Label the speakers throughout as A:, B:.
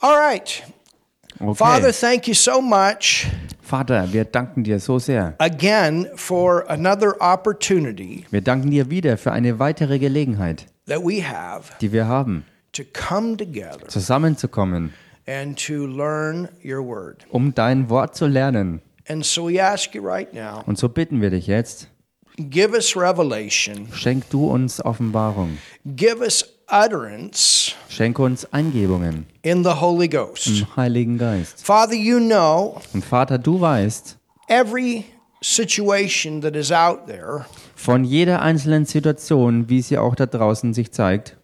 A: All right.
B: Okay.
A: Father, thank you so much
B: Vater, wir danken dir so sehr.
A: again for another opportunity
B: Wir danken dir wieder für eine weitere Gelegenheit,
A: that we have
B: die wir haben,
A: to come together
B: zusammenzukommen,
A: and to learn your word.
B: um dein Wort zu lernen.
A: And so we ask you right now
B: Und so bitten wir dich jetzt,
A: give us revelation,
B: schenk du uns Offenbarung,
A: give us utterance
B: schenk uns Eingebungen
A: in the Holy Ghost.
B: im Heiligen Geist.
A: Father, you know
B: Und Vater, du weißt
A: every situation that is out there
B: von jeder einzelnen Situation, wie sie auch da draußen sich zeigt,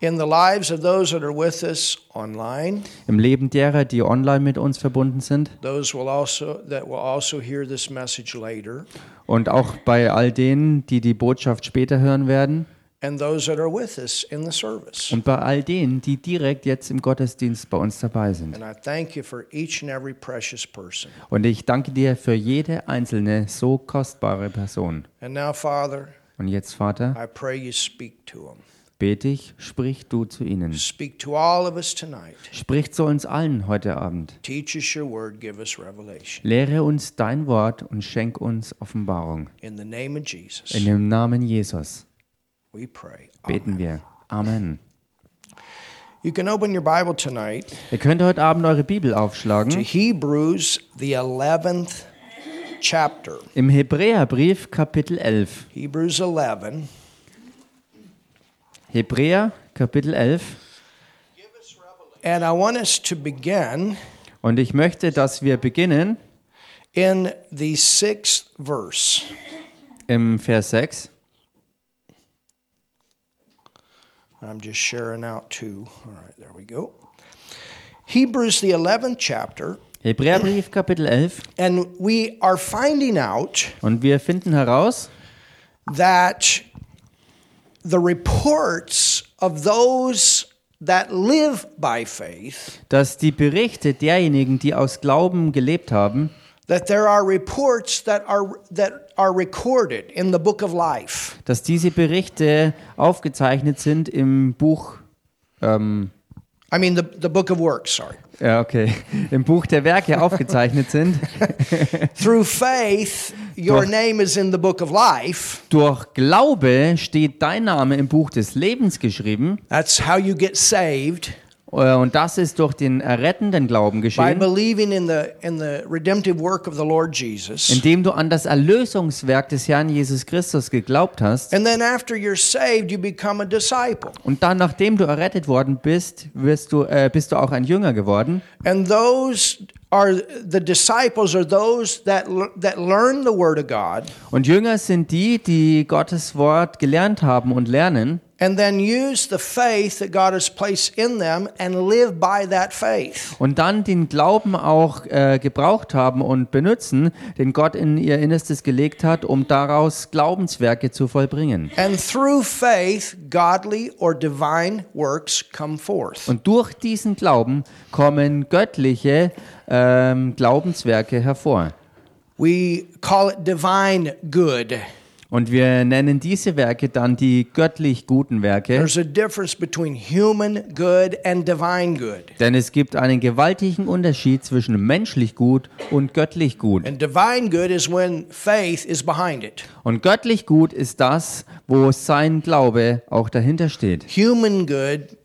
A: in the lives of those that are with us online,
B: im Leben derer, die online mit uns verbunden sind
A: those will also that will also hear this message later,
B: und auch bei all denen, die die Botschaft später hören werden
A: and those that are with us in the service.
B: und bei all denen, die direkt jetzt im Gottesdienst bei uns dabei sind.
A: And I thank you for each and every precious person.
B: Und ich danke dir für jede einzelne so kostbare Person.
A: And now, Father,
B: Und jetzt, Vater,
A: I pray you speak to them.
B: bete ich, sprich du zu ihnen.
A: Speak to all of us tonight.
B: Sprich zu uns allen heute Abend.
A: Teach us your word, give us revelation.
B: Lehre uns dein Wort und schenk uns Offenbarung.
A: In the name of Jesus,
B: In dem Namen Jesus
A: we pray.
B: beten wir. Amen.
A: You can open your Bible tonight
B: Ihr könnt heute Abend eure Bibel
A: to
B: aufschlagen.
A: Hebrews, the 11th chapter.
B: Im Hebräerbrief Kapitel 11.
A: Hebrews 11.
B: Hebräer Kapitel 11.
A: And I want us to begin
B: Und ich möchte, dass wir beginnen
A: in the sixth verse.
B: im Vers 6.
A: I'm just sharing out two. All right, there we go. Hebrews, the 11th chapter.
B: Hebräerbrief Kapitel 11.
A: And we are finding out
B: Und wir finden heraus,
A: that the reports of those that live by faith,
B: dass die Berichte derjenigen, die aus Glauben gelebt haben,
A: that there are reports that are, that are recorded in the book of life.
B: dass diese Berichte aufgezeichnet sind im Buch, ähm,
A: I mean, the, the book of works, sorry.
B: ja okay, im Buch der Werke aufgezeichnet sind.
A: Through faith, your name is in the book of life.
B: Durch Glaube steht dein Name im Buch des Lebens geschrieben
A: That's how you get saved
B: äh, und das ist durch den errettenden Glauben
A: by
B: geschehen,
A: believing in the, in the redemptive work of the Lord Jesus.
B: indem du an das Erlösungswerk des Herrn Jesus Christus geglaubt hast.
A: And then after you're saved, you become a disciple.
B: Und dann, nachdem du errettet worden bist, wirst du, äh, bist du auch ein Jünger geworden.
A: And those are the disciples are those that l- that learn the word of God
B: Und Jünger sind die, die Gottes Wort gelernt haben und lernen
A: and then use the faith that God has placed in them and live by that faith.
B: und dann den Glauben auch äh, gebraucht haben und benutzen, den Gott in ihr Innerstes gelegt hat, um daraus Glaubenswerke zu vollbringen.
A: And through faith, godly or divine works come forth.
B: Und durch diesen Glauben kommen göttliche ähm, Glaubenswerke hervor.
A: We call it divine good.
B: Und wir nennen diese Werke dann die göttlich guten Werke,
A: There's a difference between human good and divine good.
B: denn es gibt einen gewaltigen Unterschied zwischen menschlich gut und göttlich gut.
A: And divine good is when faith is behind it.
B: Und göttlich gut ist das, wo sein Glaube auch dahinter steht.
A: Human good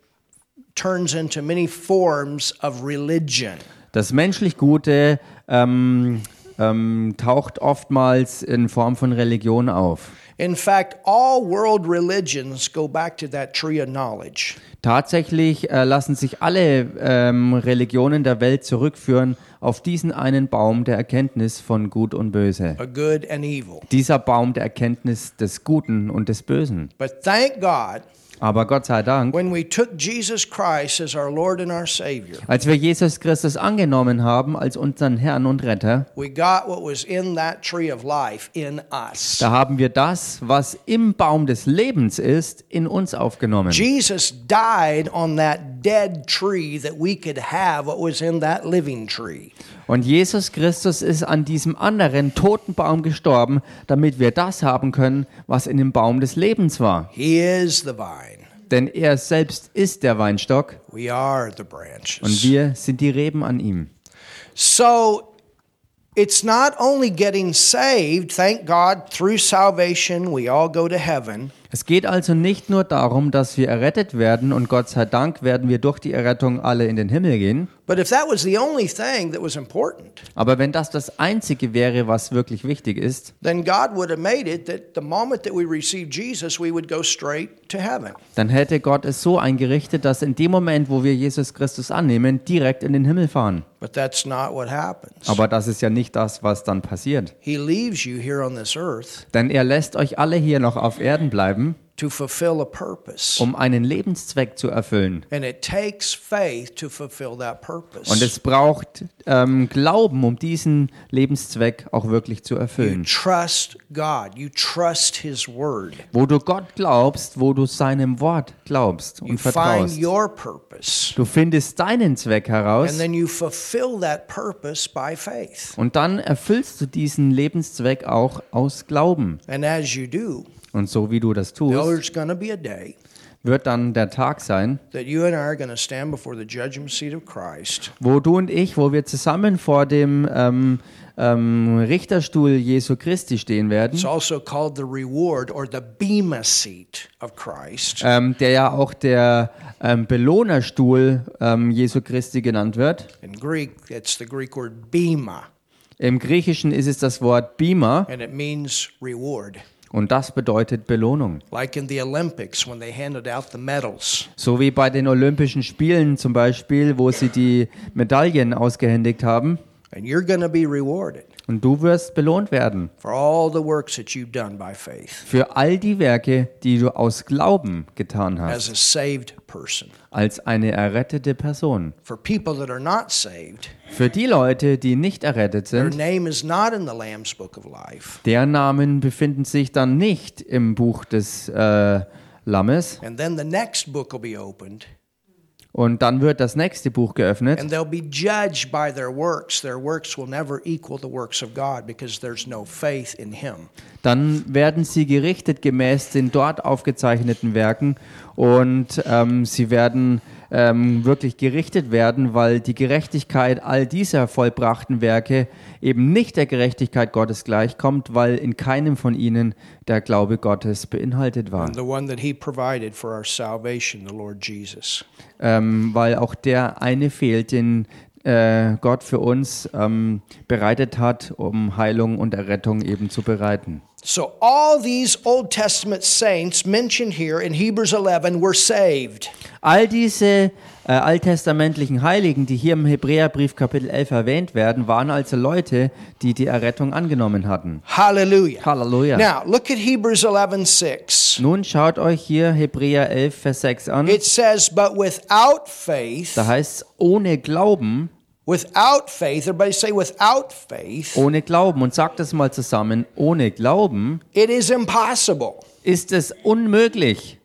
A: turns into many forms of religion.
B: Das menschlich Gute ähm, ähm, taucht oftmals in Form von Religion auf.
A: In fact, all world religions go back to that tree of knowledge.
B: Tatsächlich äh, lassen sich alle ähm, Religionen der Welt zurückführen auf diesen einen Baum der Erkenntnis von Gut und Böse.
A: A good and evil.
B: Dieser Baum der Erkenntnis des Guten und des Bösen.
A: But thank God,
B: Aber Gott sei Dank,
A: when we took Jesus Christ as our Lord and our Savior,
B: als wir Jesus Christus angenommen haben als unseren Herrn und Retter,
A: we got what was in that tree of life in us.
B: Da haben wir das, was im Baum des Lebens ist, in uns aufgenommen.
A: Jesus died on that dead tree that we could have what was in that living tree.
B: Und Jesus Christus ist an diesem anderen toten Baum gestorben, damit wir das haben können, was in dem Baum des Lebens war.
A: He is the vine.
B: Denn er selbst ist der Weinstock
A: We are the
B: Und
A: branches.
B: wir sind die Reben an ihm.
A: So it's not only getting saved, thank God, through salvation we all go to heaven,
B: Es geht also nicht nur darum, dass wir errettet werden und Gott sei Dank werden wir durch die Errettung alle in den Himmel gehen.
A: but if that was the only thing that was important,
B: Aber wenn das das Einzige wäre, was wirklich wichtig ist,
A: then God would have made it that the moment that we received Jesus, we would go straight to heaven.
B: dann hätte Gott es so eingerichtet, dass in dem Moment, wo wir Jesus Christus annehmen, direkt in den Himmel fahren.
A: But that's not what happens.
B: Aber das ist ja nicht das, was dann passiert.
A: He leaves you here on this earth
B: Denn er lässt euch alle hier noch auf Erden bleiben,
A: to fulfill a purpose.
B: um einen Lebenszweck zu erfüllen.
A: And it takes faith to fulfill that purpose.
B: Und es braucht ähm, Glauben, um diesen Lebenszweck auch wirklich zu
A: you
B: erfüllen.
A: trust God, you trust His Word,
B: Wo du Gott glaubst, wo du seinem Wort glaubst
A: you
B: und
A: find
B: vertraust.
A: your purpose,
B: Du findest deinen Zweck
A: and
B: heraus
A: then you fulfill that purpose by faith.
B: und dann erfüllst du diesen Lebenszweck auch aus Glauben.
A: And as you do,
B: Und so wie du das tust,
A: there's going to be a day
B: wird dann der Tag sein,
A: that you and I are going to stand before the judgment seat of Christ.
B: wo du und ich, wo wir zusammen vor dem ähm, ähm, Richterstuhl Jesu Christi stehen werden,
A: It's also called the reward or the Bema seat of Christ.
B: ähm, der ja auch der ähm, Belohnerstuhl ähm, Jesu Christi genannt wird.
A: In Greek, it's the Greek word Bema,
B: Im Griechischen ist es das Wort Bima
A: and it means reward.
B: und das bedeutet Belohnung.
A: Like in the Olympics when they handed out the medals.
B: So wie bei den Olympischen Spielen zum Beispiel, wo sie die Medaillen ausgehändigt haben.
A: And you're going to be rewarded
B: Und du wirst belohnt werden
A: for all the works that you've done by faith
B: für all die Werke, die du aus Glauben getan hast.
A: as a saved person.
B: als eine errettete Person.
A: For people that are not saved,
B: Für die Leute, die nicht errettet
A: their
B: sind,
A: name is not in the Lamb's Book of Life.
B: deren Namen befinden sich dann nicht im Buch des äh, Lammes.
A: And then the next book will be opened,
B: Und dann wird das nächste Buch geöffnet
A: and they'll be judged by their works. Their works will never equal the works of God because there's no faith in Him.
B: dann werden sie gerichtet gemäß den dort aufgezeichneten Werken und ähm, sie werden ähm, wirklich gerichtet werden, weil die Gerechtigkeit all dieser vollbrachten Werke eben nicht der Gerechtigkeit Gottes gleichkommt, weil in keinem von ihnen der Glaube Gottes beinhaltet war.
A: The one that He provided for our salvation, the Lord Jesus.
B: ähm, weil auch der eine fehlt, den äh, Gott für uns ähm, bereitet hat, um Heilung und Errettung eben zu bereiten.
A: So, all these Old Testament saints mentioned here in Hebrews 11 were saved.
B: All diese äh, alttestamentlichen Heiligen, die hier im Hebräerbrief Kapitel 11 erwähnt werden, waren also Leute, die die Errettung angenommen hatten.
A: Hallelujah.
B: Halleluja.
A: Now, look at Hebrews 11 6.
B: Nun schaut euch hier Hebräer 11, Vers 6 an.
A: It says, But without faith,
B: Da heißt es, ohne Glauben,
A: without faith, everybody say, without faith,
B: ohne Glauben. Und sagt das mal zusammen, ohne Glauben
A: it is impossible.
B: ist es unmöglich.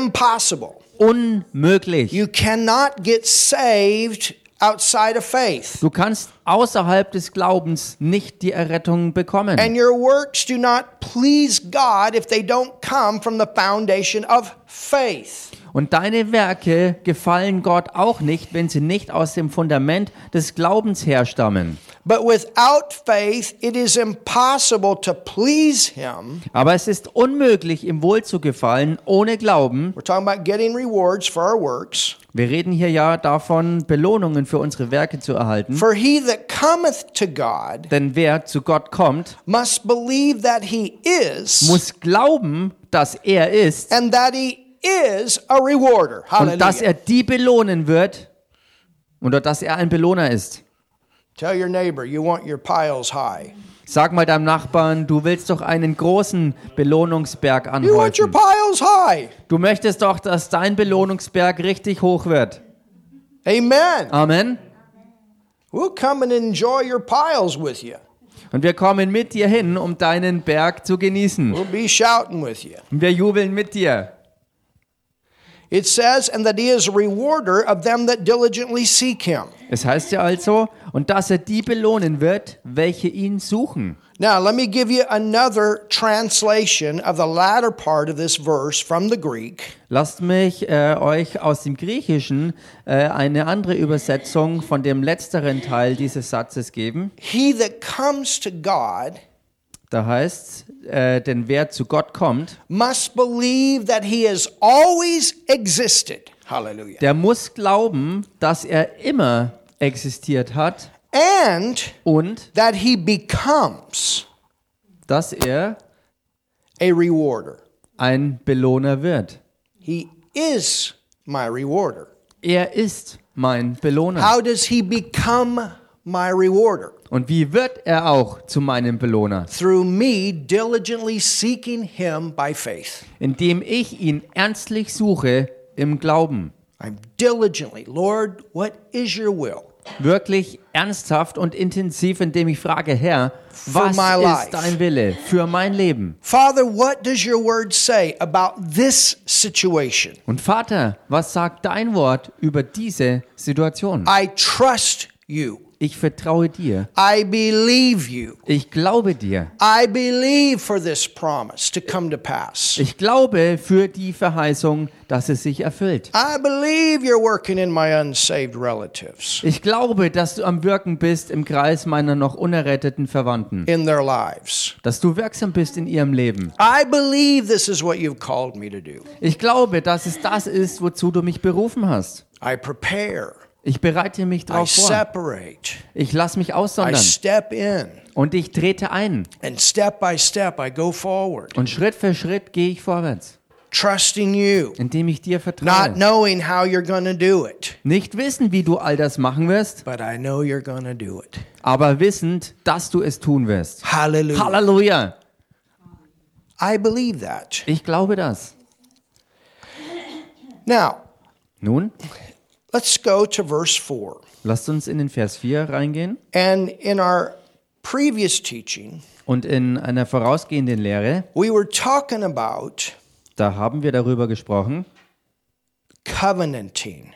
A: Impossible.
B: Unmöglich.
A: You cannot get saved outside of faith.
B: Du kannst außerhalb des Glaubens nicht die Errettung bekommen.
A: And your works do not please God if they don't come from the foundation of faith.
B: Und deine Werke gefallen Gott auch nicht, wenn sie nicht aus dem Fundament des Glaubens herstammen.
A: But without faith, it is impossible to please Him.
B: Aber es ist unmöglich, ihm wohlzugefallen ohne Glauben.
A: We're talking about getting rewards for our works.
B: Wir reden hier ja davon, Belohnungen für unsere Werke zu erhalten.
A: For he that cometh to God
B: Denn wer zu Gott kommt,
A: must believe that He is,
B: muss glauben, dass er ist
A: and that He is a rewarder.
B: und dass
A: Hallelujah.
B: er die belohnen wird oder dass er ein Belohner ist.
A: Tell your neighbor you want your piles high.
B: Sag mal deinem Nachbarn, du willst doch einen großen Belohnungsberg
A: You want your
B: anhäufen.
A: piles high.
B: Du möchtest doch, dass dein Belohnungsberg richtig hoch wird.
A: Amen.
B: Amen.
A: We'll come and enjoy your piles with you.
B: Und wir kommen mit dir hin, um deinen Berg zu genießen.
A: We'll be shouting with you.
B: Und wir jubeln mit dir.
A: It says, and that he is a rewarder of them that diligently seek him.
B: Es heißt ja also, und dass er die belohnen wird, welche ihn suchen.
A: Now, let me give you another translation of the latter part of this verse from the Greek.
B: Lasst mich äh, euch aus dem Griechischen äh, eine andere Übersetzung von dem letzteren Teil dieses Satzes geben.
A: He that comes to God
B: Da heißt es, äh, denn wer zu Gott kommt,
A: must believe that he has always existed. Hallelujah.
B: der muss glauben, dass er immer existiert hat
A: And
B: und
A: that he becomes
B: dass er
A: a rewarder.
B: ein Belohner wird.
A: He is my rewarder.
B: Er ist mein Belohner.
A: How does he become my rewarder?
B: Und wie wird er auch zu meinem Belohner?
A: Through me diligently seeking him by faith.
B: Indem ich ihn ernstlich suche im Glauben.
A: I'm diligently, Lord, what is your will?
B: Wirklich ernsthaft und intensiv, indem ich frage, Herr, was
A: my life.
B: ist dein Wille für mein Leben?
A: Father, what does your word say about this situation?
B: Und Vater, was sagt dein Wort über diese Situation?
A: I trust you.
B: Ich vertraue dir.
A: I believe you.
B: Ich glaube dir.
A: I believe for this promise to come to pass.
B: Ich glaube für die Verheißung, dass es sich erfüllt.
A: I believe you're working in my unsaved relatives,
B: Ich glaube, dass du am Wirken bist im Kreis meiner noch unerretteten Verwandten.
A: in their lives.
B: Dass du wirksam bist in ihrem Leben.
A: I believe this is what you've called me to do.
B: Ich glaube, dass es das ist, wozu du mich berufen hast.
A: I prepare,
B: Ich bereite mich
A: I
B: darauf vor.
A: separate,
B: Ich lasse mich
A: I
B: aussondern
A: step in,
B: und ich trete ein.
A: and step by step I go forward,
B: Und Schritt für Schritt gehe ich vorwärts,
A: trusting you,
B: indem ich dir
A: not
B: vertraue.
A: knowing how you're going to do it,
B: Nicht wissen, wie du all das machen wirst,
A: but I know you're going to do it.
B: aber wissend, dass du es tun wirst.
A: Hallelujah.
B: Halleluja!
A: I believe that.
B: Ich glaube das.
A: Now,
B: Nun,
A: let's go to verse 4.
B: lasst uns in den Vers 4 reingehen.
A: And in our previous teaching,
B: Und in einer vorausgehenden Lehre,
A: we were talking about
B: da haben wir darüber gesprochen,
A: covenanting.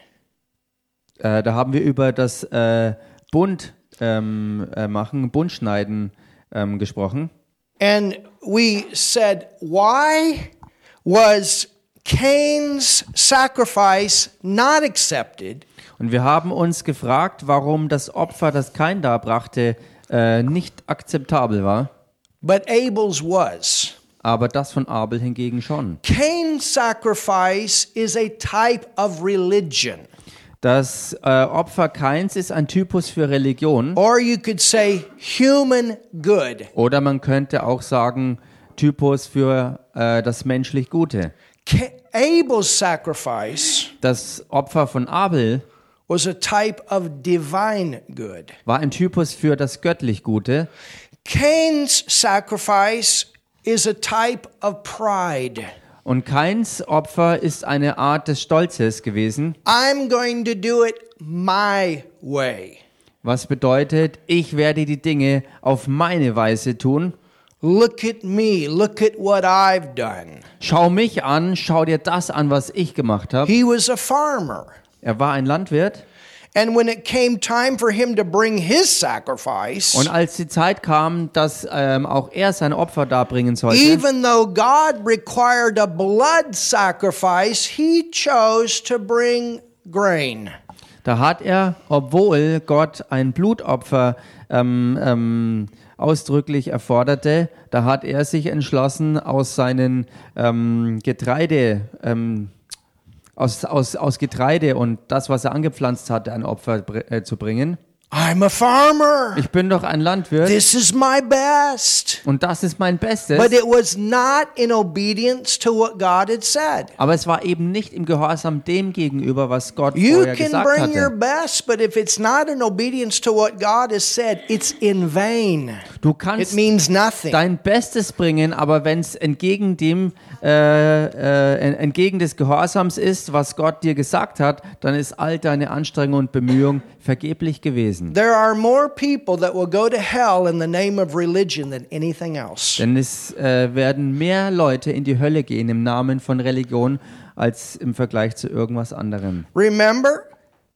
B: äh, da haben wir über das äh, Bund ähm, äh, machen, Bund schneiden ähm, gesprochen.
A: And we said, why was Cain's sacrifice not accepted,
B: Und wir haben uns gefragt, warum das Opfer, das Kain darbrachte, äh, nicht akzeptabel war,
A: but Abel's was?
B: aber das von Abel hingegen schon.
A: Cain's sacrifice is a type of religion,
B: Das äh, Opfer Kains ist ein Typus für Religion
A: or you could say human good.
B: oder man könnte auch sagen, Typus für äh, das menschlich Gute.
A: Ca- Abel's sacrifice
B: Das Opfer von Abel
A: was a type of divine good.
B: war ein Typus für das göttlich Gute.
A: Cain's sacrifice is a type of pride.
B: Und Kains Opfer ist eine Art des Stolzes gewesen,
A: I'm going to do it my way.
B: was bedeutet, ich werde die Dinge auf meine Weise tun.
A: Look at me. Look at what I've done.
B: Schau mich an, schau dir das an, was ich gemacht habe.
A: He was a farmer.
B: Er war ein Landwirt
A: And when it came time for him to bring his sacrifice,
B: und als die Zeit kam, dass ähm, auch er sein Opfer darbringen sollte,
A: even though God required a blood sacrifice, he chose to bring grain.
B: da hat er, obwohl Gott ein Blutopfer ähm, ähm, ausdrücklich erforderte, da hat er sich entschlossen, aus seinen ähm, Getreide, ähm, aus, aus, aus Getreide und das, was er angepflanzt hatte, ein Opfer br- äh, zu bringen.
A: I'm a farmer.
B: Ich bin doch ein Landwirt
A: This is my best.
B: und das ist mein Bestes.
A: But it was not in obedience to what God had said.
B: Aber es war eben nicht im Gehorsam dem gegenüber, was Gott
A: You
B: vorher
A: can
B: gesagt
A: bring your
B: hatte.
A: best, but if it's not in obedience to what God has said, it's in vain.
B: Du
A: It
B: kannst
A: means nothing.
B: dein Bestes bringen, aber wenn es entgegen dem äh, äh, en- entgegen des Gehorsams ist, was Gott dir gesagt hat, dann ist all deine Anstrengung und Bemühung vergeblich gewesen.
A: There are more people that will go to hell in the name of religion than anything else.
B: Denn es äh, werden mehr Leute in die Hölle gehen im Namen von Religion, als im Vergleich zu irgendwas anderem.
A: Remember,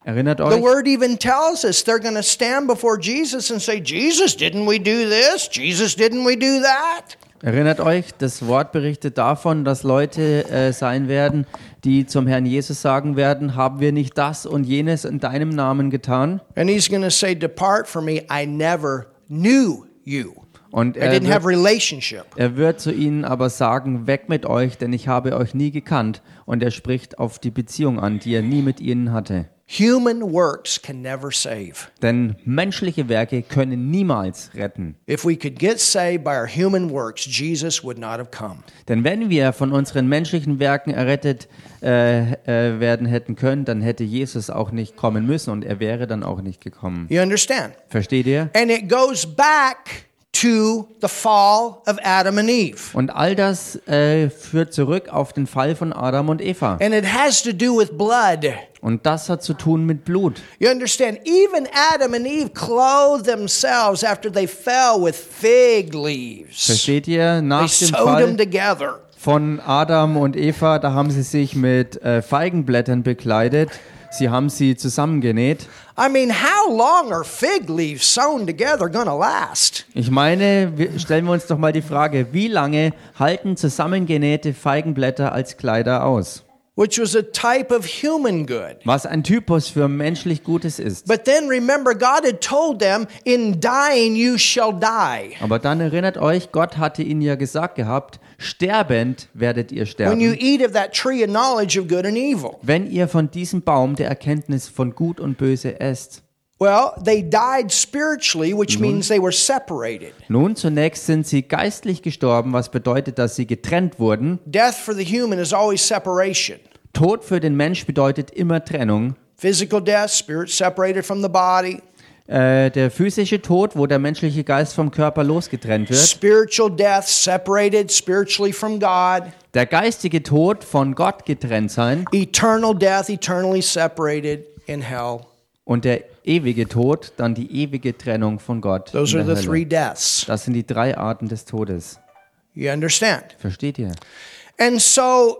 B: Erinnert
A: the
B: euch,
A: word even tells us they're going to stand before Jesus and say, Jesus, didn't we do this? Jesus, didn't we do that?
B: erinnert euch, das Wort berichtet davon, dass Leute äh, sein werden, die zum Herrn Jesus sagen werden, haben wir nicht das und jenes in deinem Namen getan?
A: And he's going to say, Depart from me. I never knew you.
B: Und äh,
A: I
B: er
A: didn't
B: wird,
A: have relationship.
B: er wird zu ihnen aber sagen, weg mit euch, denn ich habe euch nie gekannt. Und er spricht auf die Beziehung an, die er nie mit ihnen hatte.
A: Human works can never save.
B: Denn menschliche Werke können niemals retten.
A: If we could get saved by our human works, Jesus would not have come.
B: Denn wenn wir von unseren menschlichen Werken errettet äh, äh, werden hätten können, dann hätte Jesus auch nicht kommen müssen und er wäre dann auch nicht gekommen.
A: You understand?
B: Versteht ihr?
A: And it goes back to the fall of Adam and Eve.
B: Und all das äh, führt zurück auf den Fall von Adam und Eva.
A: And it has to do with blood.
B: Und das hat zu tun mit Blut.
A: You understand? Even Adam and Eve clothed themselves after they fell with fig leaves.
B: Versteht ihr?
A: They
B: Nach dem
A: sewed them
B: Fall
A: together.
B: von Adam und Eva, da haben sie sich mit äh, Feigenblättern bekleidet. Sie haben sie zusammengenäht.
A: I mean, how long are fig leaves sewn together going to last?
B: Ich meine, wir stellen wir uns doch mal die Frage, wie lange halten zusammengenähte Feigenblätter als Kleider aus?
A: Which was a type of human good.
B: Was ein Typus für menschlich Gutes ist.
A: But then remember, God had told them, In dying you shall die.
B: Aber dann erinnert euch, Gott hatte ihnen ja gesagt gehabt, sterbend werdet ihr
A: When you
B: sterben,
A: eat of that tree of knowledge of good and evil.
B: wenn ihr von diesem Baum der Erkenntnis von Gut und Böse esst.
A: Well, they died spiritually, which means they were separated.
B: Nun zunächst sind sie geistlich gestorben, was bedeutet, dass sie getrennt wurden.
A: Death for the human is always separation.
B: Tod für den Mensch bedeutet immer Trennung.
A: Physical death, spirit separated from the body.
B: Äh, der physische Tod, wo der menschliche Geist vom Körper losgetrennt wird.
A: Spiritual death, separated spiritually from God.
B: Der geistige Tod von Gott getrennt sein
A: Eternal death, eternally separated in hell.
B: und der ewige Tod dann die ewige Trennung von Gott.
A: Those are
B: in der
A: the three
B: Hölle.
A: deaths.
B: Das sind die drei Arten des Todes.
A: You understand?
B: Versteht ihr?
A: And so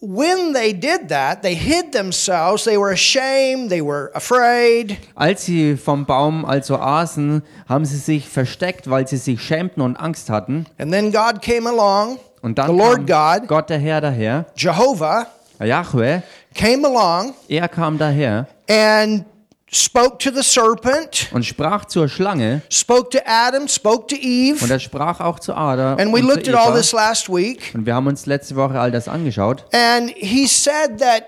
A: when they did that, they hid themselves. They were ashamed. They were afraid.
B: Als sie vom Baum also aßen, haben sie sich versteckt, weil sie sich schämten und Angst hatten.
A: And then God came along.
B: Und dann
A: the Lord
B: kam
A: God,
B: Gott der Herr daher,
A: Jehovah,
B: Jahwe,
A: came along
B: er kam daher
A: and spoke to the serpent,
B: und sprach zur Schlange
A: spoke to Adam, spoke to
B: und
A: Eve.
B: er sprach auch zu Adam
A: And we
B: und
A: looked
B: zu
A: at all
B: Eva.
A: this last week.
B: Und wir haben uns letzte Woche all das angeschaut.
A: And he said that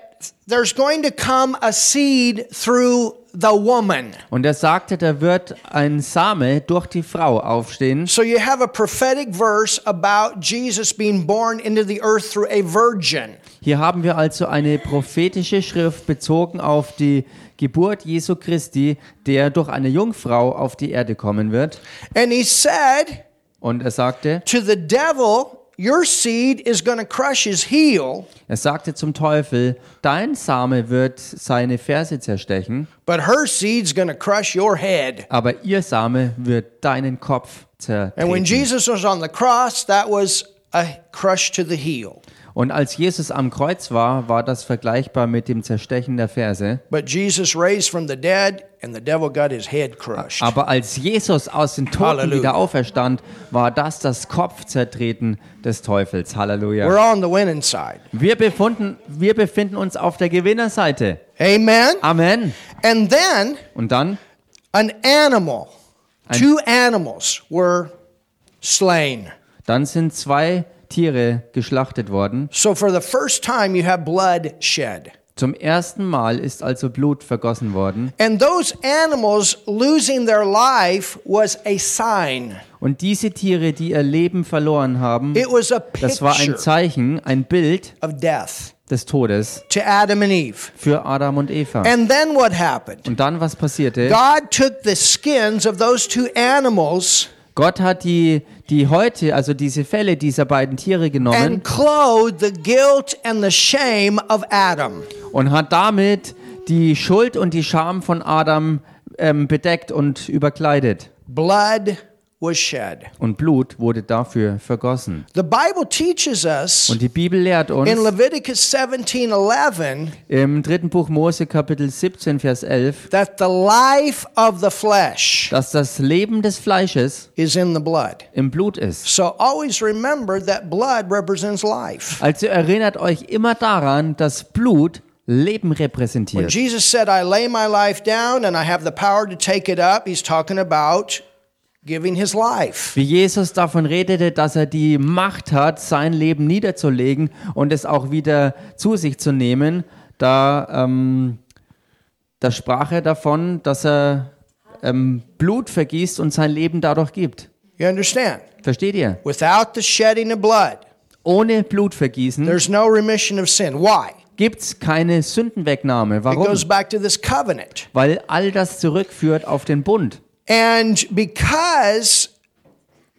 A: there's going to come a seed through the woman.
B: Und er sagte, da wird ein Same durch die Frau aufstehen.
A: So you have a prophetic verse about Jesus being born into the earth through a virgin.
B: Hier haben wir also eine prophetische Schrift bezogen auf die Geburt Jesu Christi, der durch eine Jungfrau auf die Erde kommen wird.
A: And he said
B: Und er sagte,
A: to the devil, Your seed is going to crush his heel,
B: er sagte zum Teufel, dein Same wird seine Ferse zerstechen,
A: but her seed's going to crush your head.
B: aber ihr Same wird deinen Kopf
A: And when
B: zertreten.
A: Jesus was on the cross, that was a crush to the heel.
B: Und als Jesus am Kreuz war, war das vergleichbar mit dem Zerstechen der Ferse.
A: But Jesus raised from the dead, and the devil got his head crushed.
B: Aber als Jesus aus den Toten
A: Halleluja.
B: wieder auferstand, war das das Kopfzertreten des Teufels.
A: We're
B: Halleluja.
A: on the winning side.
B: Wir, befunden, wir befinden uns auf der Gewinnerseite.
A: Amen.
B: Amen.
A: And then
B: Und dann,
A: an animal, two animals were slain.
B: dann sind zwei Tiere geschlachtet worden.
A: So for the first time, you have blood shed.
B: Zum ersten Mal ist also Blut vergossen worden.
A: And those animals losing their life was a sign.
B: Und diese Tiere, die ihr Leben verloren haben,
A: It was a
B: das war ein
A: picture
B: Zeichen, ein Bild
A: of death
B: des Todes
A: to Adam and Eve.
B: für Adam und Eva.
A: And then what happened?
B: Und dann, was passierte?
A: God took the skins of those two animals
B: Gott hat die, die heute, also diese Fälle dieser beiden Tiere genommen
A: and clothed the guilt and the shame of Adam.
B: und hat damit die Schuld und die Scham von Adam ähm, bedeckt und überkleidet.
A: Blood was shed.
B: und Blut wurde dafür vergossen.
A: The Bible teaches us
B: Und die Bibel lehrt
A: in
B: uns
A: Leviticus 17 11
B: im dritten Buch Mose Kapitel 17 Vers 11,
A: that the life of the flesh
B: dass das Leben des Fleisches
A: is in the blood.
B: im Blut ist.
A: So always remember that blood represents life.
B: Also erinnert euch immer daran, dass Blut Leben repräsentiert.
A: Jesus said, I lay my life down and I have the power to take it up. He's talking about giving his life.
B: Wie Jesus davon redete, dass er die Macht hat, sein Leben niederzulegen und es auch wieder zu sich zu nehmen, da, ähm, da sprach er davon, dass er ähm, Blut vergießt und sein Leben dadurch gibt.
A: You understand?
B: Versteht ihr?
A: Without the shedding of blood,
B: Ohne Blutvergießen
A: there's no remission of sin. Why?
B: gibt es keine Sündenwegnahme.
A: It
B: Warum?
A: goes back to this covenant.
B: Weil all das zurückführt auf den Bund.
A: And because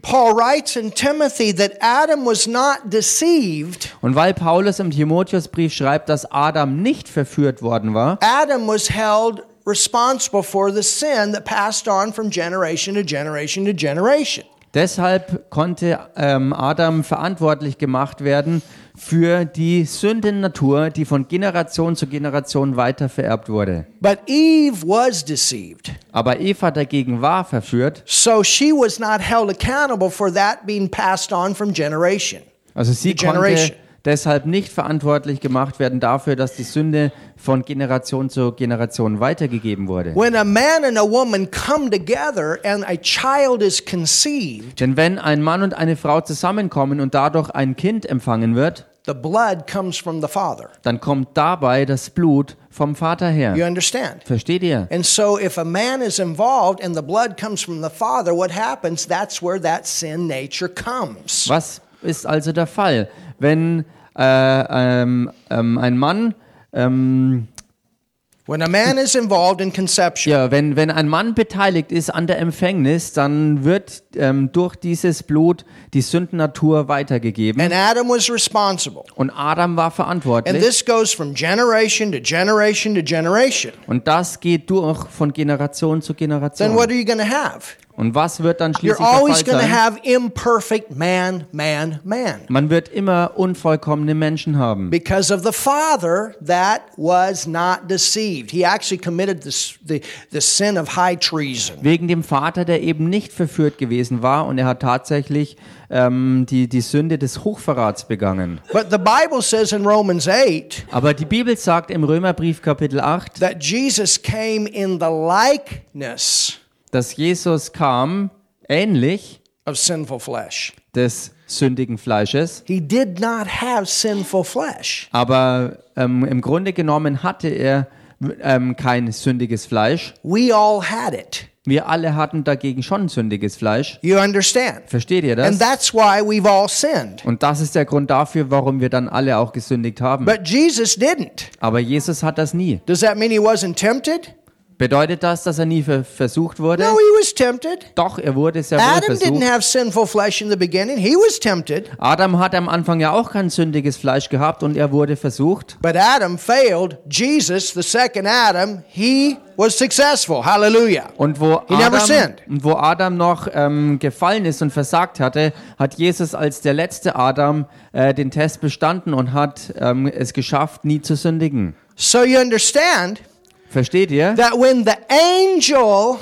A: Paul writes in Timothy that Adam was not deceived,
B: Und weil Paulus im Timotheusbrief schreibt, dass Adam nicht verführt worden war,
A: Adam was held responsible for the sin that passed on from generation to generation to generation.
B: Deshalb konnte ähm, Adam verantwortlich gemacht werden für die Sündennatur, die von Generation zu Generation weiter vererbt wurde.
A: But Eve was deceived.
B: Aber Eva dagegen war verführt,
A: So she was not held accountable for that being passed on from generation.
B: also sie konnte
A: Generation.
B: deshalb nicht verantwortlich gemacht werden dafür, dass die Sünde von Generation zu Generation weitergegeben wurde.
A: When a man and a woman come together and a child is conceived,
B: Denn wenn ein Mann und eine Frau zusammenkommen und dadurch ein Kind empfangen wird,
A: the blood comes from the father.
B: dann kommt dabei das Blut vom Vater
A: You
B: her.
A: understand?
B: Versteht ihr?
A: And so, if a man is involved and the blood comes from the father, what happens? That's where that sin nature comes.
B: Was ist also der Fall, wenn äh, ähm, ähm, ein Mann, ähm,
A: When a man is involved in conception,
B: ja, wenn, wenn ein Mann beteiligt ist an der Empfängnis, dann wird ähm, durch dieses Blut die Sündennatur weitergegeben.
A: and Adam was responsible,
B: Und Adam war
A: and
B: verantwortlich.
A: this goes from generation to generation to generation,
B: Und das geht durch von Generation zu
A: then
B: Generation.
A: what are you going to have?
B: Und was wird dann
A: You're
B: schließlich der
A: always
B: Fall
A: going to
B: sein?
A: have imperfect man, man, man.
B: Man wird immer unvollkommene Menschen haben.
A: Because of the father that was not deceived. He actually committed this, the, the sin of high treason.
B: Wegen dem Vater, der eben nicht verführt gewesen war und er hat tatsächlich ähm, die, die Sünde des Hochverrats begangen.
A: But the Bible says in Romans 8,
B: Aber die Bibel sagt im Römerbrief Kapitel 8,
A: that Jesus came in the likeness
B: dass Jesus kam ähnlich
A: of sinful flesh.
B: des sündigen Fleisches,
A: He did not have sinful flesh.
B: aber ähm, im Grunde genommen hatte er ähm, kein sündiges Fleisch.
A: We all had it.
B: Wir alle hatten dagegen schon sündiges Fleisch.
A: You understand?
B: Versteht ihr
A: And
B: das?
A: that's why we've all sinned.
B: Und das ist der Grund dafür, warum wir dann alle auch gesündigt haben.
A: But Jesus didn't.
B: Aber Jesus hat das nie.
A: Does that mean he wasn't tempted?
B: Bedeutet das, dass er nie ver versucht wurde?
A: No, he was tempted.
B: Doch, er wurde sehr wohl
A: Adam didn't
B: versucht.
A: have sinful flesh in the beginning. He was tempted,
B: Adam hat am Anfang ja auch kein sündiges Fleisch gehabt und er wurde versucht.
A: but Adam failed. Jesus, the second Adam, he was successful. Hallelujah.
B: Und wo
A: He never
B: Adam,
A: sinned.
B: und wo Adam noch ähm, gefallen ist und versagt hatte, hat Jesus als der letzte Adam äh, den Test bestanden und hat ähm, es geschafft, nie zu sündigen.
A: So you understand
B: Versteht ihr?
A: that when the angel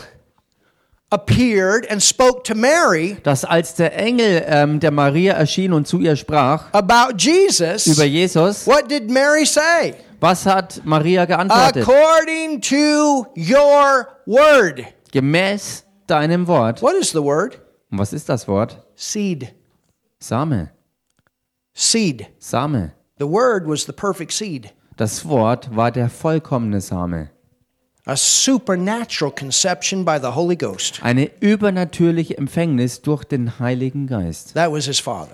A: appeared and spoke to Mary
B: Dass als der Engel ähm, der Maria erschien und zu ihr sprach
A: about Jesus,
B: über Jesus,
A: what did Mary say?
B: was hat Maria geantwortet?
A: According to your word.
B: Gemäß deinem Wort.
A: What is the word?
B: Und was ist das Wort?
A: Seed.
B: Same.
A: Seed.
B: Same.
A: The word was the perfect seed,
B: Das Wort war der vollkommene Same.
A: a supernatural conception by the Holy Ghost.
B: Eine übernatürliche Empfängnis durch den Heiligen Geist.
A: That was his father.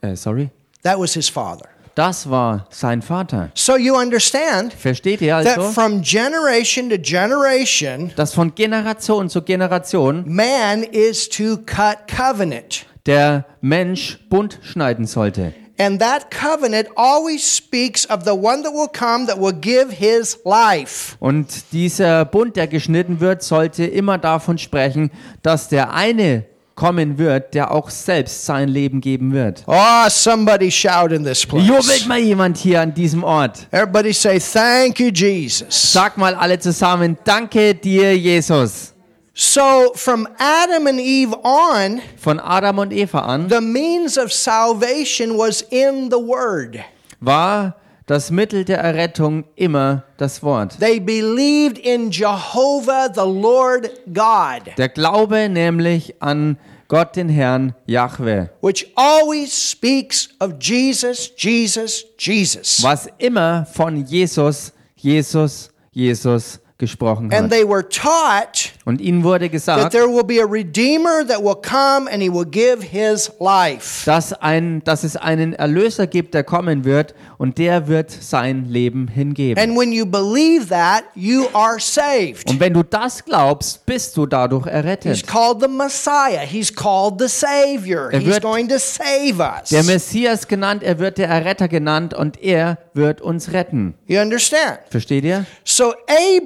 B: Äh, sorry?
A: That was his father.
B: Das war sein Vater.
A: So you understand
B: Versteht ihr
A: that
B: also,
A: from generation to generation,
B: dass von Generation zu Generation
A: man is to cut covenant.
B: der Mensch Bund schneiden sollte?
A: And that covenant always speaks of the one that will come that will give his life.
B: Und dieser Bund, der geschnitten wird, sollte immer davon sprechen, dass der eine kommen wird, der auch selbst sein Leben geben wird.
A: Oh, somebody shout in this
B: Jubelt
A: place.
B: mal jemand hier an diesem Ort.
A: Everybody say, Thank you, Jesus.
B: Sag mal alle zusammen, danke dir, Jesus.
A: So, from Adam and Eve on,
B: Von Adam und Eva an
A: the means of salvation was in the Word.
B: war das Mittel der Errettung immer das Wort.
A: They believed in Jehovah, the Lord God,
B: Der Glaube nämlich an Gott den Herrn Jahwe,
A: which always speaks of Jesus, Jesus, Jesus.
B: was immer von Jesus, Jesus, Jesus gesprochen
A: And
B: hat.
A: they were taught
B: Und ihnen wurde
A: that
B: gesagt,
A: there will be a Redeemer that will come and he will give his life.
B: dass, ein, dass es einen Erlöser gibt, der kommen wird und der wird sein Leben hingeben.
A: And when you believe that, you are saved.
B: Und wenn du das glaubst, bist du dadurch
A: He's
B: errettet.
A: called the Messiah. He's called the Savior.
B: Er
A: He's
B: wird-
A: going to save us.
B: Der Messias genannt, er wird der Erretter genannt und er wird uns retten.
A: You understand?
B: Versteht ihr?
A: So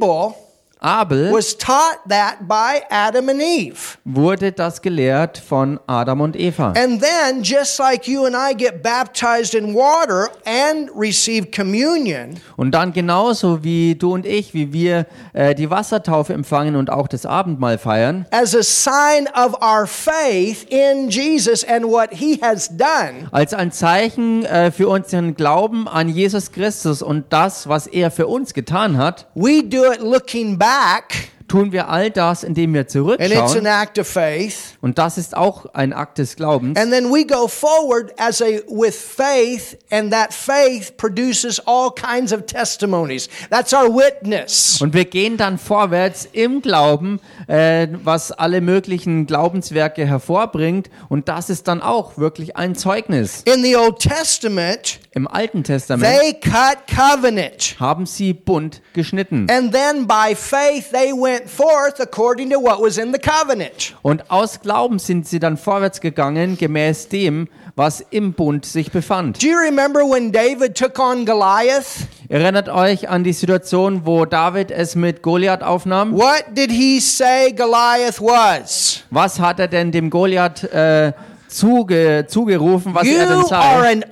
A: Abel
B: Abel
A: was taught that by Adam and Eve.
B: wurde das gelehrt von Adam und Eva.
A: And then, just like you and I get baptized in water and receive communion,
B: Und dann genauso wie du und ich, wie wir äh, die Wassertaufe empfangen und auch das Abendmahl feiern,
A: as a sign of our faith in Jesus and what he has done,
B: als ein Zeichen äh, für unseren Glauben an Jesus Christus und das, was er für uns getan hat,
A: we do it looking back,
B: tun wir all das, indem wir
A: and it's an
B: zurückschauen.
A: act of faith.
B: Und das ist auch ein Akt des Glaubens.
A: And then we go forward as a with faith, and that faith produces all kinds of testimonies. That's our witness.
B: Und wir gehen dann vorwärts im Glauben, äh, was alle möglichen Glaubenswerke hervorbringt. Und das ist dann auch wirklich ein Zeugnis.
A: In the Old Testament,
B: Im Alten Testament
A: they cut covenant.
B: haben sie bunt geschnitten.
A: And then by faith they went forth according to what was in the covenant.
B: Und aus Glauben sind sie dann vorwärts gegangen, gemäß dem, was im Bund sich befand.
A: Do you remember when David took on Goliath?
B: Erinnert euch an die Situation, wo David es mit Goliath aufnahm?
A: What did he say Goliath was?
B: Was hat er denn dem Goliath äh, zuge zugerufen, was er denn
A: You are
B: sei?
A: an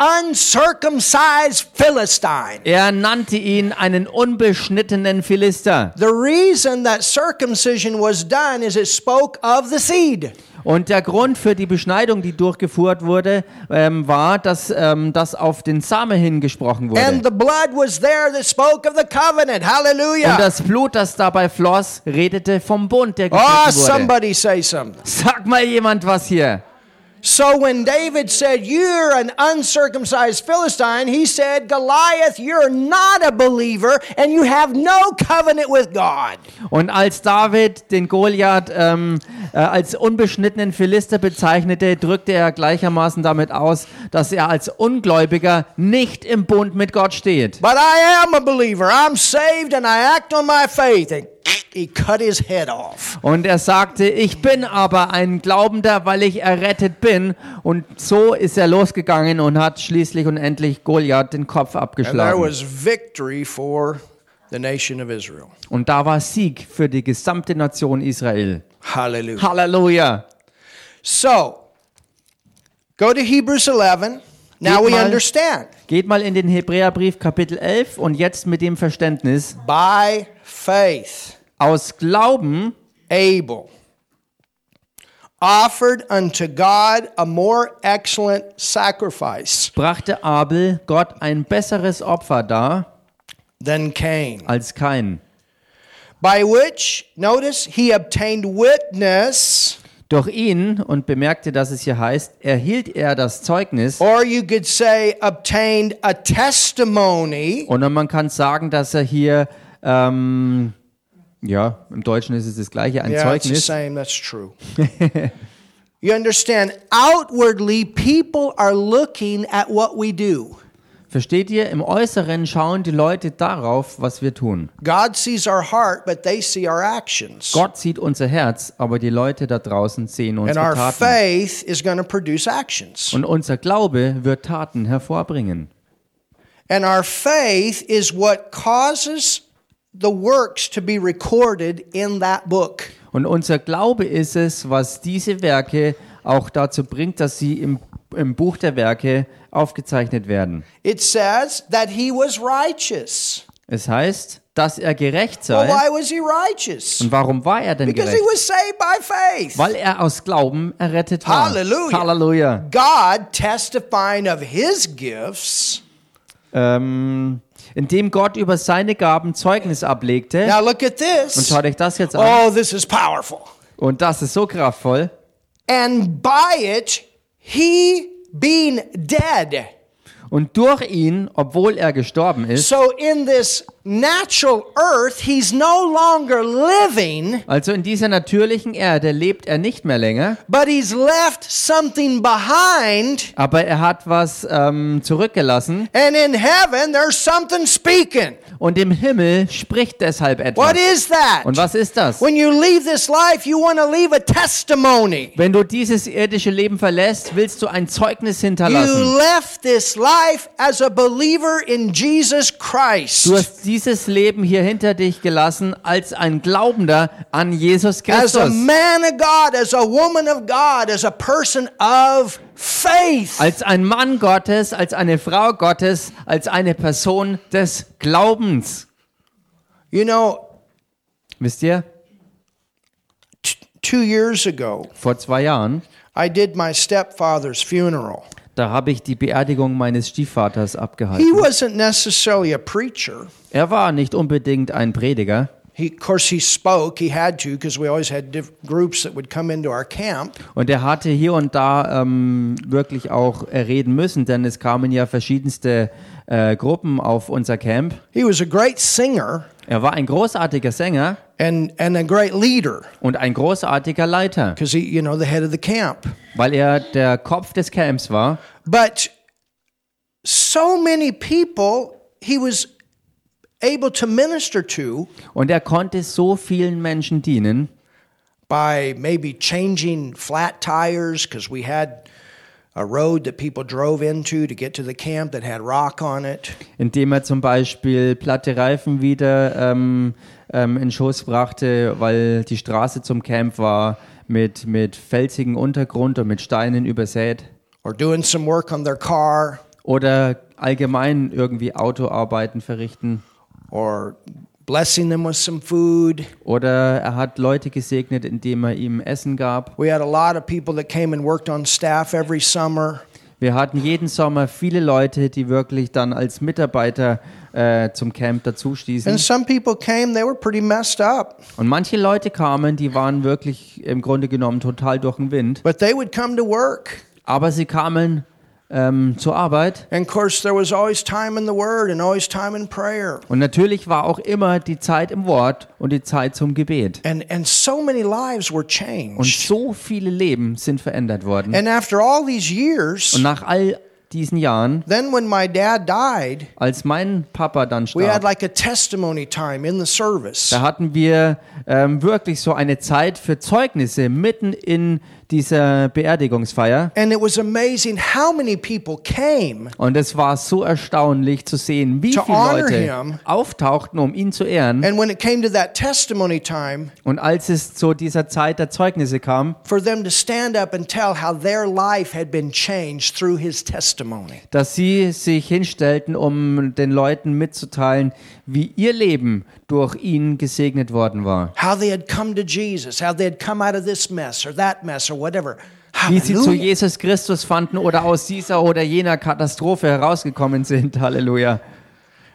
A: uncircumcised Philistine.
B: Er nannte ihn einen unbeschnittenen Philister.
A: The reason that circumcision was done is it spoke of the seed.
B: Und der Grund für die Beschneidung, die durchgeführt wurde, ähm, war, dass ähm, das auf den Samen hingesprochen wurde.
A: And the blood was there that spoke of the covenant.
B: Und
A: Hallelujah.
B: das Blut, das dabei floss, redete vom Bund, der
A: Oh,
B: geschnitten wurde.
A: somebody say something.
B: Sag mal jemand was hier.
A: So when David said, You're an uncircumcised Philistine, he said, Goliath, you're not a believer and you have no covenant with God.
B: Und als David den Goliath ähm, äh, als unbeschnittenen Philister bezeichnete, drückte er gleichermaßen damit aus, dass er als Ungläubiger nicht im Bund mit Gott steht.
A: But I am a believer. I'm saved and I act on my faith. And he cut his head off.
B: Und er sagte, ich bin aber ein Glaubender, weil ich errettet bin. Und so ist er losgegangen und hat schließlich und endlich Goliath den Kopf
A: And there
B: abgeschlagen.
A: was victory for the nation of Israel.
B: Und da war Sieg für die gesamte Nation Israel.
A: Hallelujah.
B: Halleluja.
A: So, go to Hebrews 11. Now we
B: Nochmal.
A: understand.
B: Geht mal in den Hebräerbrief Kapitel 11 und jetzt mit dem Verständnis.
A: By faith,
B: Aus Glauben
A: Abel offered unto God a more excellent sacrifice
B: brachte Abel Gott ein besseres Opfer dar
A: than Cain,
B: als Kain,
A: by which, notice, he obtained witness,
B: Durch ihn, und bemerkte, dass es hier heißt, erhielt er das Zeugnis,
A: or you could say, obtained a testimony
B: und man kann sagen, dass er hier, ähm, ja, im Deutschen ist es das gleiche, ein
A: Yeah, it's the
B: Zeugnis.
A: same. That's true. you understand? Outwardly, people are looking at what we do.
B: Versteht ihr? Im Äußeren schauen die Leute darauf, was wir tun.
A: God sees our heart, but they see our actions.
B: Gott sieht unser Herz, aber die Leute da draußen sehen
A: and
B: unsere
A: our
B: Taten.
A: faith is going to produce actions.
B: Und unser Glaube wird Taten hervorbringen.
A: And our faith is what causes the works to be recorded in that book.
B: Und unser Glaube ist es, was diese Werke auch dazu bringt, dass sie im, im Buch der Werke aufgezeichnet werden.
A: It says that he was righteous.
B: Es heißt, dass er gerecht
A: Well,
B: sei.
A: why was he righteous?
B: Und warum war er denn
A: Oh, Because he
B: gerecht?
A: was saved by faith.
B: Weil er aus Glauben errettet war.
A: Halleluja.
B: Halleluja.
A: God testifying of his gifts.
B: Ähm, indem Gott über seine Gaben Zeugnis ablegte.
A: Now look at
B: Und
A: this.
B: schaut euch das jetzt an.
A: Oh, this is powerful.
B: Und das ist so kraftvoll.
A: And by it, he being dead.
B: Und durch ihn, obwohl er gestorben ist,
A: So in this natural earth, he's no longer living,
B: also in dieser natürlichen Erde, lebt er nicht mehr länger,
A: but he's left something behind.
B: aber er hat was ähm, zurückgelassen.
A: And in heaven, there's something speaking.
B: Und im Himmel spricht deshalb
A: What
B: etwas.
A: is that?
B: Und was ist das?
A: When you leave this life, you want to leave a testimony.
B: Wenn du dieses irdische Leben verlässt, willst du ein Zeugnis
A: You
B: hinterlassen.
A: left this life as a believer in Jesus
B: Du
A: Christ,
B: hast dieses Leben hier hinter dich gelassen als ein Glaubender an Jesus
A: as a
B: Christus.
A: man of God, as a woman of God, as a person of faith.
B: Als ein Mann Gottes, als eine Frau Gottes, als eine Person des Glaubens.
A: You know,
B: Wisst ihr,
A: t- two years ago,
B: vor zwei Jahren,
A: I did my stepfather's funeral.
B: da habe ich die Beerdigung meines Stiefvaters
A: He
B: abgehalten.
A: wasn't necessarily a preacher.
B: Er war nicht unbedingt ein Prediger.
A: He, of course, he spoke. He had to because we always had diff- groups that would come into our camp.
B: Und er hatte hier und da ähm, wirklich auch äh, reden müssen, denn es kamen ja verschiedenste äh, Gruppen auf unser Camp.
A: He was a great singer
B: Er war ein großartiger Sänger
A: and, and a great leader
B: und ein großartiger Leiter,
A: because he, you know, the head of the camp.
B: weil er der Kopf des Camps war.
A: But so many people he was able to minister to
B: Und er konnte so vielen Menschen dienen.
A: by maybe changing flat tires because we had a road that people drove into to get to the camp that had rock on it.
B: indem er zum Beispiel platte Reifen wieder ähm, ähm, in Schuss brachte, weil die Straße zum Camp war mit, mit felsigem Untergrund und mit Steinen übersät.
A: or doing some work on their car
B: Oder allgemein irgendwie Autoarbeiten verrichten.
A: or blessing them with some food.
B: Oder er hat Leute gesegnet, indem er ihm Essen gab.
A: We had a lot of people that came and worked on staff every summer.
B: Wir hatten jeden Sommer viele Leute, die wirklich dann als Mitarbeiter äh, zum Camp dazustießen.
A: And some people came, they were pretty messed up,
B: Und manche Leute kamen, die waren wirklich im Grunde genommen total durch den Wind.
A: but they would come to work.
B: Aber sie kamen ähm, zur Arbeit
A: And of course, there was always time in the Word and always time in prayer.
B: und natürlich war auch immer die Zeit im Wort und die Zeit zum Gebet.
A: And, and so many lives were
B: Und
A: changed.
B: so viele Leben sind verändert worden.
A: And after all these
B: Und
A: years,
B: nach all diesen Jahren,
A: then when my dad died,
B: als mein Papa dann
A: we had
B: starb,
A: like a testimony time in the service.
B: da hatten wir ähm, wirklich so eine Zeit für Zeugnisse mitten in dieser Beerdigungsfeier.
A: And it was amazing how many people came
B: Und es war so erstaunlich zu sehen, wie
A: To honor
B: viele
A: him.
B: Leute auftauchten, um ihn zu ehren.
A: And when it came to that testimony time,
B: Und als es zu dieser Zeit der Zeugnisse kam,
A: for them to stand up and tell how their life had been changed through his testimony.
B: dass sie sich hinstellten, um den Leuten mitzuteilen, wie ihr Leben durch ihn gesegnet worden war.
A: How they had come to Jesus, how they had come out of this mess or that mess or whatever.
B: Wie sie zu
A: Hallelujah.
B: Jesus Christus fanden oder aus dieser oder jener Katastrophe herausgekommen sind. Halleluja.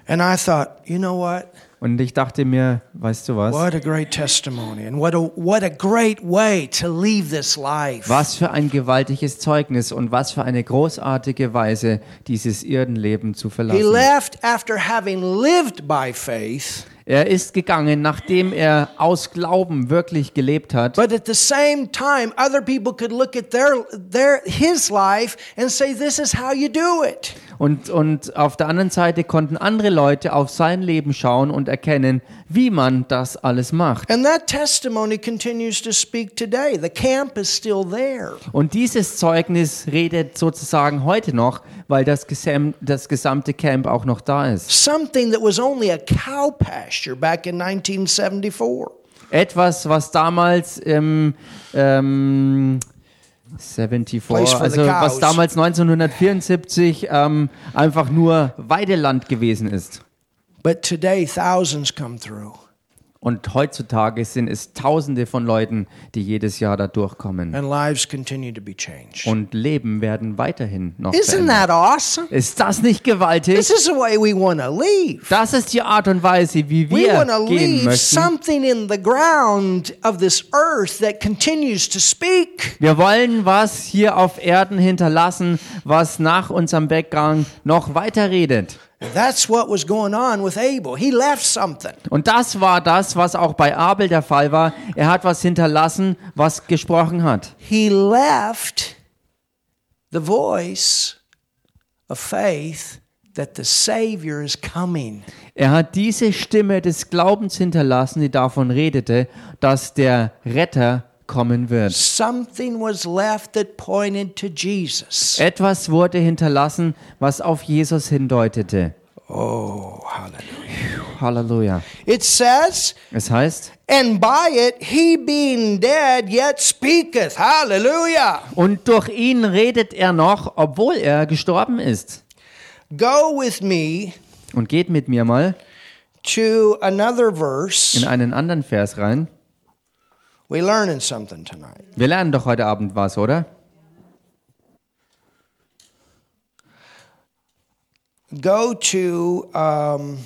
A: And I thought, you know what?
B: Und ich dachte mir, weißt du was?
A: What a great testimony and what a what a great way to leave this life.
B: Was für ein gewaltiges Zeugnis und was für eine großartige Weise, dieses Erdenleben zu
A: He
B: verlassen.
A: left after having lived by faith,
B: Er ist gegangen, nachdem er aus Glauben wirklich gelebt hat.
A: but at the same time other people could look at their their his life and say this is how you do it.
B: Und, und auf der anderen Seite konnten andere Leute auf sein Leben schauen und erkennen, wie man das alles macht.
A: And that testimony continues to speak today. The camp is still there.
B: Und dieses Zeugnis redet sozusagen heute noch, weil das, gesam das gesamte Camp auch noch da ist.
A: Something that was only a cow pasture back in 1974.
B: Etwas, was damals im ähm, 74,
A: Place for the
B: also
A: cows.
B: was damals 1974 ähm, einfach nur Weideland gewesen ist.
A: But today, thousands come through.
B: Und heutzutage sind es Tausende von Leuten, die jedes Jahr da durchkommen.
A: and lives continue to be changed.
B: Und Leben werden weiterhin noch
A: Isn't
B: verändert.
A: that awesome?
B: Ist das nicht gewaltig?
A: This is the way we want to leave.
B: Das ist die Art und Weise, wie
A: We
B: wir
A: want to
B: gehen
A: leave
B: möchten.
A: something in the ground of this earth that continues to speak.
B: Wir wollen was hier auf Erden hinterlassen, was nach unserem Weggang noch weiterredet.
A: That's what was going on with Abel. He left something.
B: Und das war das, was auch bei Abel der Fall war. Er hat was hinterlassen, was gesprochen hat.
A: He left the voice of faith that the Savior is coming.
B: Er hat diese Stimme des Glaubens hinterlassen, die davon redete, dass der Retter kommen wird.
A: Something was left that pointed to Jesus.
B: Etwas wurde hinterlassen, was auf Jesus hindeutete.
A: Oh, hallelujah.
B: Halleluja.
A: It says,
B: Es heißt,
A: and by it he being dead yet speaketh. Hallelujah.
B: und durch ihn redet er noch, obwohl er gestorben ist.
A: Go with me
B: Und geht mit mir mal
A: to another
B: in
A: verse.
B: einen anderen Vers rein.
A: We learning something tonight.
B: Wir lernen doch heute Abend was, oder?
A: Go to um,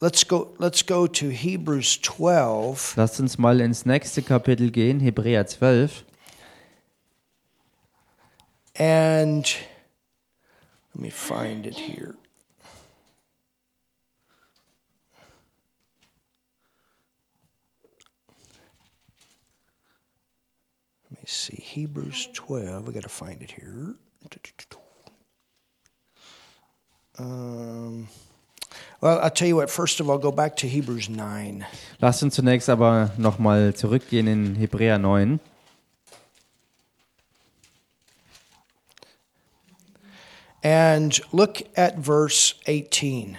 A: let's go let's go to Hebrews 12
B: Lasst uns mal ins nächste Kapitel gehen, Hebräer 12.
A: and let me find it here. Let me see. Hebrews 12. We got to find it here. Um, well, I'll tell you what. First of all, go back to Hebrews 9.
B: Lasst uns zunächst aber nochmal zurückgehen in Hebräer 9.
A: And look at verse 18.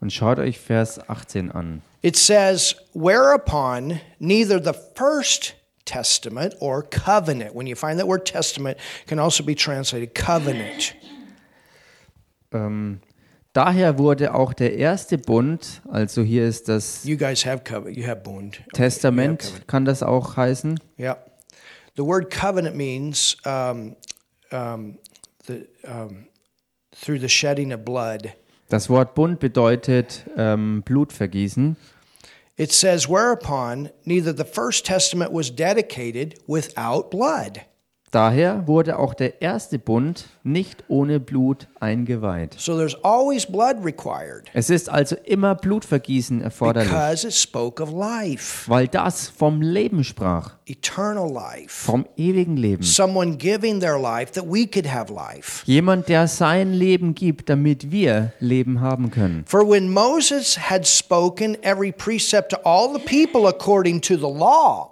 B: Und schaut euch Vers 18 an.
A: It says, Whereupon neither the first testament or covenant, when you find that word testament, can also be translated covenant.
B: Ähm, daher wurde auch der erste Bund, also hier ist das
A: You guys have covenant, you have bond.
B: Testament, kann das auch heißen.
A: Yeah. The word covenant means um, um, the, um, through the shedding of blood.
B: Das Wort Bund bedeutet ähm, Blutvergießen.
A: It says, Whereupon neither the first testament was dedicated without blood.
B: Daher wurde auch der erste Bund nicht ohne Blut eingeweiht.
A: So there's always blood required
B: Es ist also immer Blutvergießen erforderlich,
A: because it spoke of life,
B: weil das vom Leben sprach,
A: eternal life.
B: vom ewigen Leben.
A: someone giving their life that we could have life.
B: Jemand, der sein Leben gibt, damit wir Leben haben können.
A: For when Moses had spoken every precept to all the people according to the law,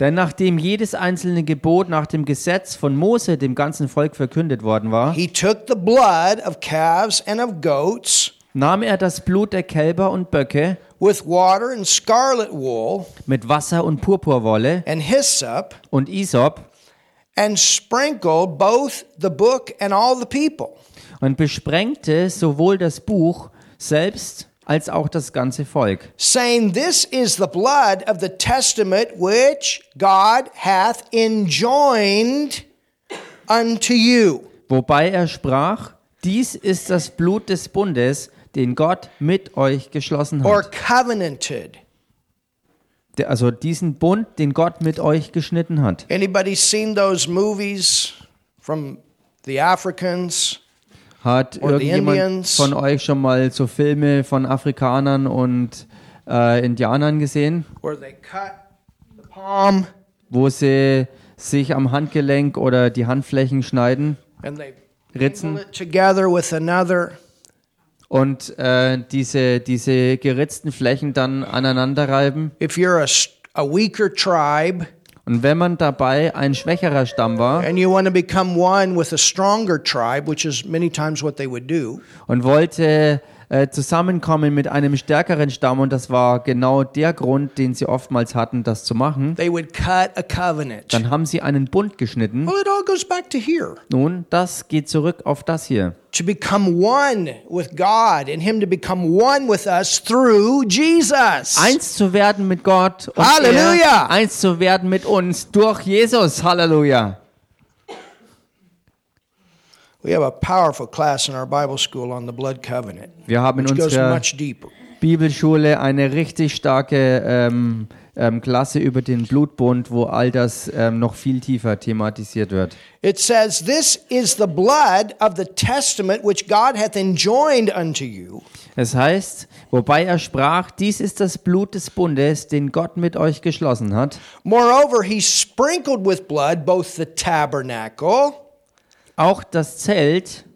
B: Denn nachdem jedes einzelne Gebot nach dem Gesetz von Mose dem ganzen Volk verkündet worden war,
A: he took the blood of calves and of goats
B: nahm er das Blut der Kälber und Böcke
A: with water and scarlet wool
B: mit Wasser und Purpurwolle
A: and hyssop
B: und Isop
A: and sprinkled both the book and all the people.
B: und besprengte sowohl das Buch selbst als auch das ganze Volk,
A: Saying, This is the blood of the testament which God hath enjoined unto you.
B: wobei er sprach, dies ist das Blut des Bundes, den Gott mit euch geschlossen
A: or
B: hat.
A: covenanted.
B: Der- Also diesen Bund, den Gott mit euch geschnitten hat.
A: Anybody seen those movies from the Africans?
B: Hat
A: Or the
B: irgendjemand
A: Indians.
B: von euch schon mal so Filme von Afrikanern und äh, Indianern gesehen,
A: Where they cut the palm
B: wo sie sich am Handgelenk oder die Handflächen schneiden
A: and they
B: Ritzen.
A: pull it together with another.
B: und äh, diese, diese geritzten Flächen dann aneinander reiben?
A: If you're a, s- a weaker tribe
B: Und wenn man dabei ein schwächerer Stamm war
A: and you want to become one with a stronger tribe, which is many times what they would do,
B: und wollte äh, zusammenkommen mit einem stärkeren Stamm und das war genau der Grund, den sie oftmals hatten, das zu machen.
A: They would cut a covenant.
B: Dann haben sie einen Bund geschnitten.
A: Well, it all goes back to here.
B: Nun, das geht zurück auf das hier.
A: To become one with God and Him to become one with us through Jesus.
B: Eins zu werden mit Gott. Und
A: Halleluja!
B: Er, eins zu werden mit uns durch Jesus. Halleluja.
A: We have a powerful class in our Bible school on the blood covenant.
B: Wir haben in
A: Which goes
B: unserer
A: much deeper.
B: Bibelschule eine richtig starke ähm, ähm, Klasse über den Blutbund, wo all das ähm, noch viel tiefer thematisiert wird.
A: It says, This is the blood of the testament which God hath enjoined unto you.
B: Es heißt, wobei er sprach, dies ist das Blut des Bundes, den Gott mit euch geschlossen hat.
A: Moreover, he sprinkled with blood both the tabernacle
B: Auch das Zelt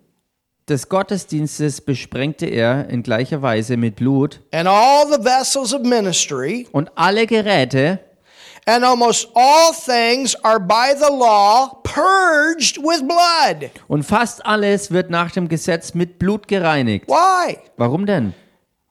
B: des Gottesdienstes besprengte er in gleicher Weise mit Blut
A: and all the vessels of ministry,
B: und alle Geräte
A: and almost all things are by the law purged with blood.
B: und fast alles wird nach dem Gesetz mit Blut gereinigt.
A: Why?
B: Warum denn?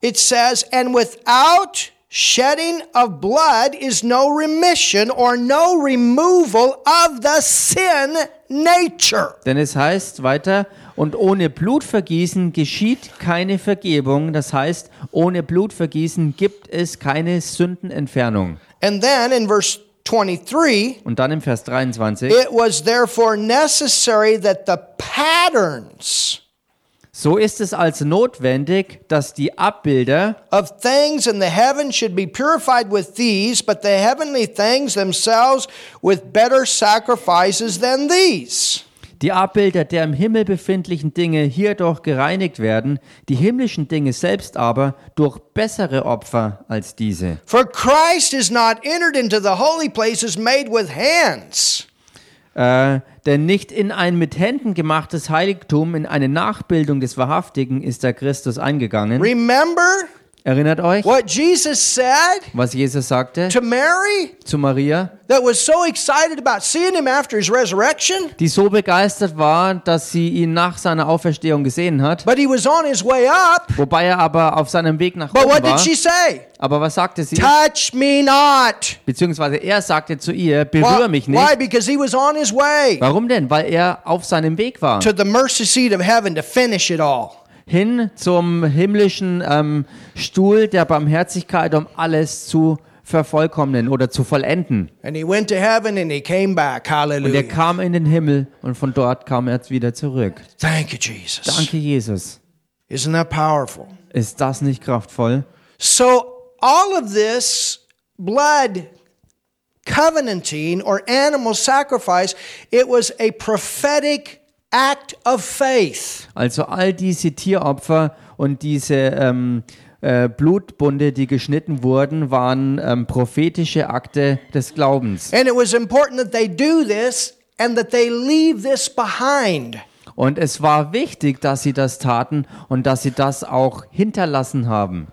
A: It says, and without shedding of blood is no remission or no removal of the sin nature.
B: Denn es heißt weiter, und ohne Blutvergießen geschieht keine Vergebung. Das heißt, ohne Blutvergießen gibt es keine Sündenentfernung.
A: And then in verse 23,
B: Und dann im Vers 23,
A: It was therefore necessary that the patterns
B: so ist es also notwendig, dass die Abbilder
A: of things in the heavens should be purified with these, but the heavenly things themselves with better sacrifices than these.
B: Die Abbilder der im Himmel befindlichen Dinge hierdurch gereinigt werden, die himmlischen Dinge selbst aber durch bessere Opfer als diese.
A: For Christ is not entered into the holy places made with hands,
B: Äh, denn nicht in ein mit Händen gemachtes Heiligtum, in eine Nachbildung des Wahrhaftigen ist der Christus eingegangen.
A: Remember
B: Erinnert euch,
A: what Jesus said
B: was Jesus sagte
A: to Mary
B: zu Maria,
A: that was so excited about seeing him after his resurrection?
B: die so begeistert war, dass sie ihn nach seiner Auferstehung gesehen hat,
A: But he was on his way up.
B: wobei er aber auf seinem Weg nach
A: But
B: oben
A: what did she
B: war.
A: say?
B: Aber was sagte sie?
A: Touch me not.
B: Beziehungsweise er sagte zu ihr, berühre
A: Why,
B: mich
A: why?
B: nicht.
A: Because he was on his way
B: Warum denn? Weil er auf seinem Weg war.
A: to the mercy seat of heaven to finish it all.
B: Hin zum himmlischen ähm, Stuhl der Barmherzigkeit, um alles zu vervollkommnen oder zu vollenden.
A: And he went to heaven and he came back.
B: Und er
A: Hallelujah.
B: kam in den Himmel und von dort kam er wieder zurück.
A: Thank you, Jesus.
B: Danke, Jesus.
A: Isn't that powerful?
B: Ist das nicht kraftvoll?
A: So, all of this blood covenanting or animal sacrifice, it was a prophetic act of faith.
B: Also all diese Tieropfer und diese ähm, äh, Blutbunde, die geschnitten wurden, waren ähm, prophetische Akte des Glaubens.
A: And it was important that they do this and that they leave this behind.
B: Und es war wichtig, dass sie das taten und dass sie das auch hinterlassen haben.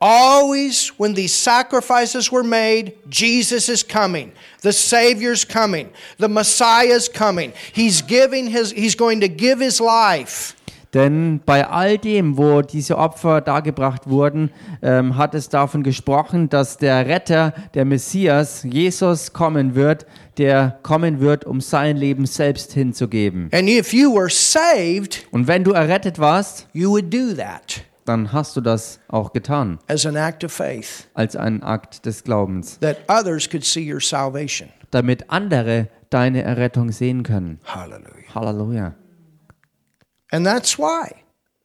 A: Always, when these sacrifices were made, Jesus is coming. The Savior's coming. The Messiah's coming. He's giving his. He's going to give his life.
B: Denn bei all dem, wo diese Opfer dargebracht wurden, ähm, hat es davon gesprochen, dass der Retter, der Messias, Jesus kommen wird, der kommen wird, um sein Leben selbst hinzugeben.
A: And if you were saved,
B: Und wenn du errettet warst,
A: you would do that
B: dann hast du das auch getan,
A: as an act of faith,
B: als einen Akt des Glaubens,
A: that others could see your salvation.
B: damit andere deine Errettung sehen können.
A: Hallelujah.
B: Halleluja.
A: And that's why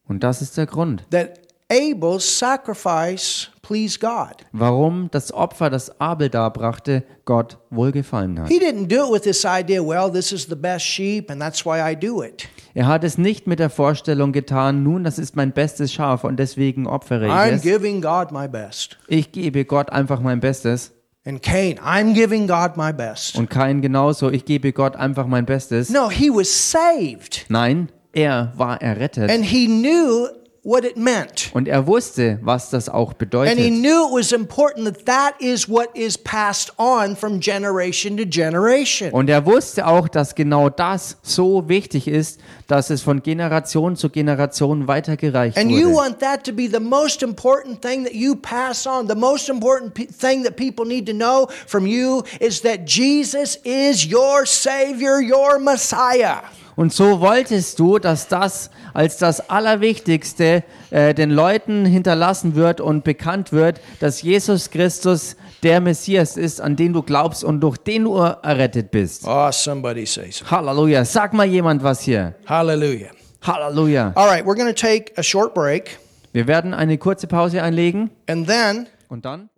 B: Und das ist der Grund.
A: that Abel's sacrifice pleased God.
B: warum das Opfer, das Abel darbrachte, Gott wohlgefallen hat.
A: He didn't do it with this idea. Well, this is the best sheep, and that's why I do it.
B: Er hat es nicht mit der Vorstellung getan, nun, das ist mein bestes Schaf und deswegen opfere
A: I'm
B: ich es.
A: giving God my best.
B: Ich gebe Gott einfach mein Bestes.
A: And Cain, I'm giving God my best.
B: Und Kain genauso, ich gebe Gott einfach mein Bestes.
A: No, he was saved.
B: Nein, er war errettet.
A: And he knew what it meant.
B: Und er wusste, was das auch
A: And he
B: bedeutet.
A: knew it was important that that is what is passed on from generation to generation.
B: Und er wusste auch, dass genau das so wichtig ist, dass es von Generation zu Generation weitergereicht
A: And you
B: wurde.
A: want that to be the most important thing that you pass on. The most important pe- thing that people need to know from you is that Jesus is your Savior, your Messiah.
B: Und so wolltest du, dass das als das Allerwichtigste äh, den Leuten hinterlassen wird und bekannt wird, dass Jesus Christus der Messias ist, an den du glaubst und durch den du errettet bist.
A: Oh, somebody says,
B: Halleluja. Sag mal jemand was hier.
A: Hallelujah.
B: Halleluja.
A: All right, we're going to take a short break
B: Wir werden eine kurze Pause einlegen
A: and then.
B: und dann.